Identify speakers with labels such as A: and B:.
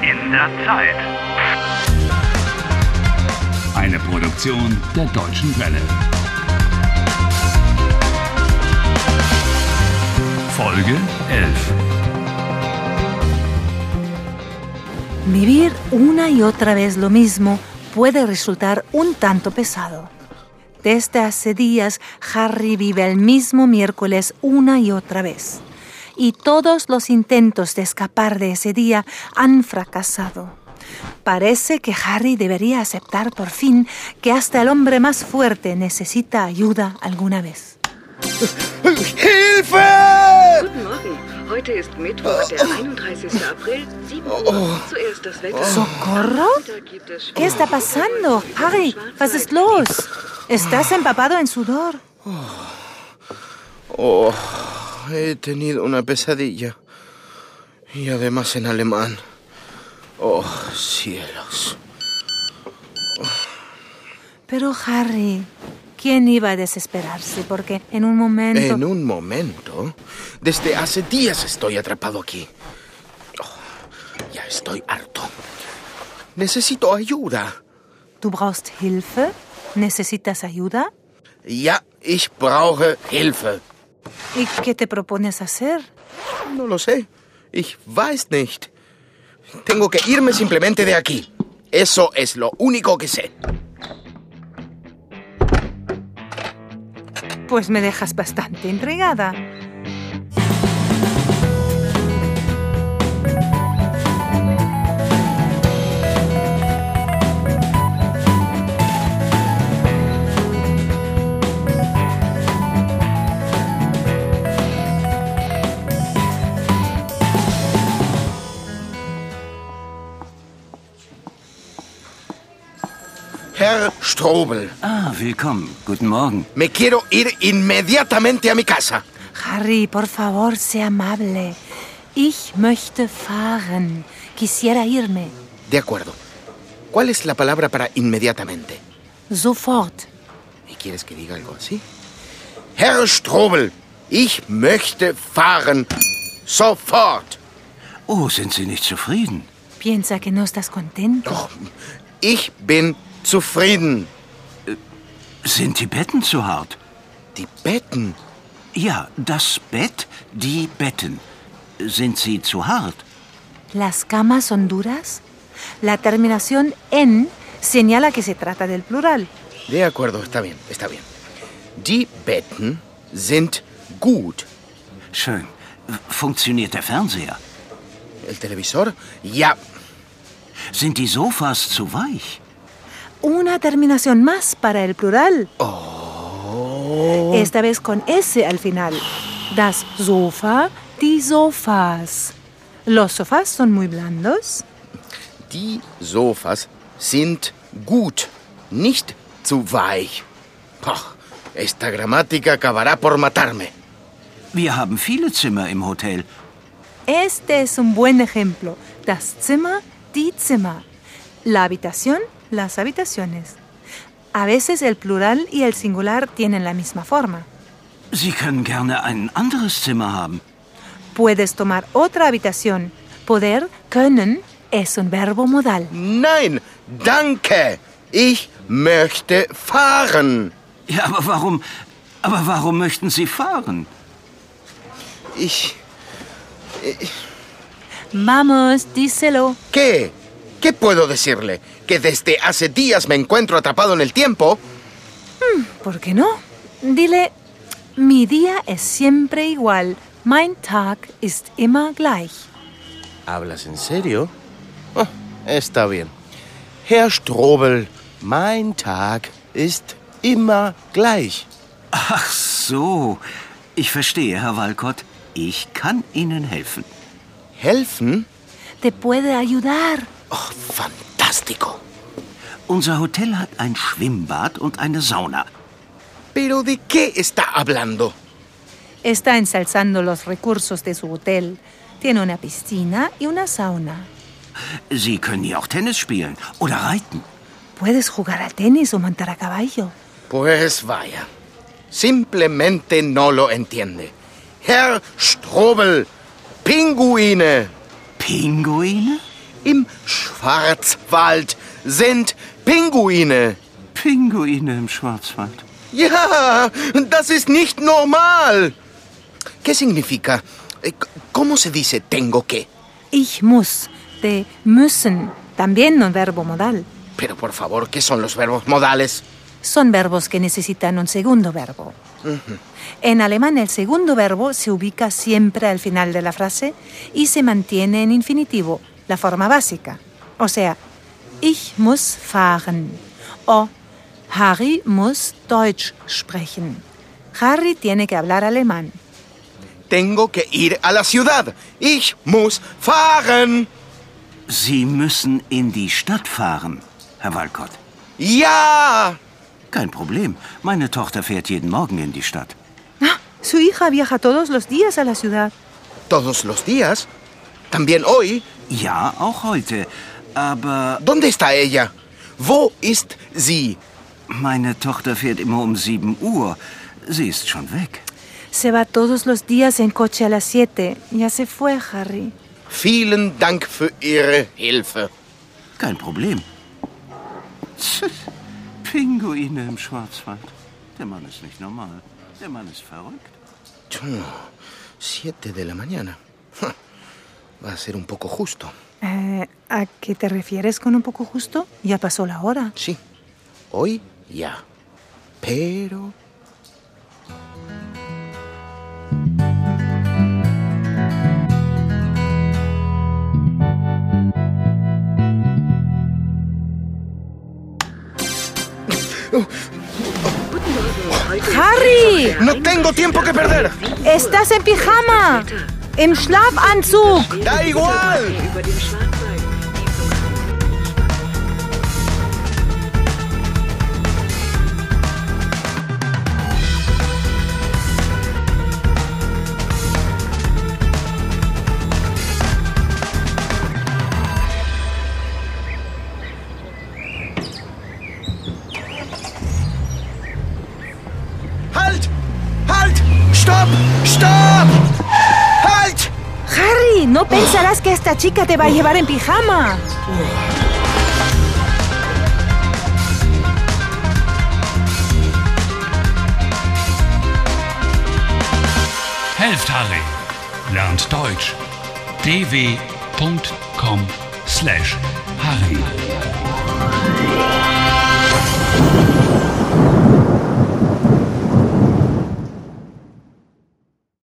A: dieser Zeit.
B: Eine Produktion der Deutschen Welle. Folge 11.
C: Vivir una y otra vez lo mismo puede resultar un tanto pesado. Desde hace días, Harry vive el mismo miércoles una y otra vez. Y todos los intentos de escapar de ese día han fracasado. Parece que Harry debería aceptar por fin que hasta el hombre más fuerte necesita ayuda alguna vez.
D: Hilfe!
E: Guten Morgen. Heute ist Mittwoch, der
D: Ah.
E: 31. April, 7 Uhr.
D: Oh.
E: Zuerst das Wetter.
C: ¿Socorro?
E: Da gibt es
C: ¿Qué está pasando? Harry, was ist los? Estás empapado en sudor.
D: Oh, he tenido una pesadilla. Y además en alemán. Oh, cielos.
C: Pero Harry, ¿quién iba a desesperarse? Porque en un momento...
D: En un momento. Desde hace días estoy atrapado aquí. Oh, ya estoy harto. Necesito ayuda.
C: ¿Tú brauchst Hilfe? ¿Necesitas ayuda?
D: Ja, ich brauche Hilfe.
C: ¿Y qué te propones hacer?
D: No lo sé. Ich weiß nicht. Tengo que irme simplemente de aquí. Eso es lo único que sé.
C: Pues me dejas bastante intrigada.
D: Herr Strobel,
F: Ah, willkommen. Guten Morgen.
D: me quiero ir inmediatamente a mi casa.
C: Harry, por favor, sé amable. Ich möchte fahren. Quisiera irme.
D: De acuerdo. ¿Cuál es la palabra para inmediatamente?
C: Sofort.
D: ¿Y quieres que diga algo así? Herr Strobel, ich möchte fahren. Sofort.
F: Oh, sind Sie nicht zufrieden?
C: Piensa que no estás contento.
D: Oh, ich bin zufrieden.
F: Sind die Betten zu hart?
D: Die Betten.
F: Ja, das Bett, die Betten. Sind sie zu hart?
C: ¿Las camas son duras? La terminación en señala que se trata del plural.
D: De acuerdo, está bien, está bien. Die Betten sind gut.
F: Schön. Funktioniert der Fernseher?
D: El televisor, ja.
F: Sind die Sofas zu weich?
C: Una terminación más para el plural. Esta vez con S al final. Das Sofa, die Sofas. Los sofás son muy blandos.
D: Die Sofas sind gut, nicht zu weich. Poh, esta gramática acabará por matarme.
F: Wir haben viele Zimmer im Hotel.
C: Este es un buen ejemplo. Das Zimmer, die Zimmer. La habitación, las habitaciones. A veces el plural y el singular tienen la misma forma.
F: Sie können gerne ein anderes Zimmer haben.
C: Puedes tomar otra habitación. Poder, können, es un verbo modal.
D: Nein, danke. Ich möchte fahren.
F: Ja, aber warum? Aber warum möchten Sie fahren?
D: Ich.
C: Vamos, díselo.
D: ¿Qué? ¿Qué puedo decirle? ¿Que desde hace días me encuentro atrapado en el tiempo?
C: ¿Por qué no? Dile, mi día es siempre igual. Mein Tag ist immer gleich.
D: ¿Hablas en serio? Ah, está bien. Herr Strobel, mein Tag ist immer gleich.
F: Ach so. Ich verstehe, Herr Walcott. Ich kann Ihnen helfen.
D: ¿Helfen?
C: Te puede ayudar.
D: Oh, fantástico.
F: Unser Hotel hat ein Schwimmbad und eine Sauna.
D: ¿Pero de qué está hablando?
C: Está ensalzando los recursos de su hotel. Tiene una piscina y una sauna.
F: Sie können hier auch Tennis spielen oder reiten.
C: Puedes jugar al tenis o montar a caballo.
D: Pues vaya. Simplemente no lo entiende. Herr Strobel, Pinguine.
F: Pinguine?
D: Im Schwarzwald sind Pinguine.
F: Pinguine im Schwarzwald.
D: Ja, das ist nicht normal. ¿Qué significa? Eh, c- ¿Cómo se dice tengo que?
C: Ich muss, de müssen, también un verbo modal.
D: Pero por favor, ¿qué son los verbos modales?
C: Son verbos que necesitan un segundo verbo. En alemán el segundo verbo se ubica siempre al final de la frase y se mantiene en infinitivo, la forma básica. O sea, ich muss fahren o Harry muss Deutsch sprechen. Harry tiene que hablar alemán.
D: Tengo que ir a la ciudad. Ich muss fahren.
F: Sie müssen in die Stadt fahren, Herr Walcott.
D: Ja.
F: Kein Problem. Meine Tochter fährt jeden Morgen in die Stadt.
C: Ah, Su hija viaja todos los días a la ciudad.
D: Todos los días. También hoy.
F: Ja, auch heute. Aber
D: ¿Dónde está ella? Wo ist sie?
F: meine Tochter fährt immer um 7 Uhr. Sie ist schon weg.
C: Se va todos los días en coche a las 7. Ya se fue, Harry.
D: Vielen Dank für Ihre Hilfe.
F: Kein Problem. Tsch, Pinguine im Schwarzwald. Der Mann ist nicht normal. Der Mann ist verrückt.
D: Siete de la mañana. Ja, Va a ser un poco justo.
C: Eh, ¿A qué te refieres con un poco justo? Ya pasó la hora.
D: Sí. Hoy ya. Pero
E: Guten Morgen, heute ist
C: Harry!
E: Mittwoch, der
D: No
E: 31.
D: tengo tiempo que perder.
E: Sieben Uhr.
C: Estás en pijama, im Schlafanzug.
D: Da igual!
E: Über dem Schwarzwald. Die Flughafen-
D: Halt! Halt! Stopp! Stopp! Halt!
C: Harry, no pensarás que esta chica te va a llevar en pijama.
B: Helft Harry. Lernt Deutsch. dw.com/harry.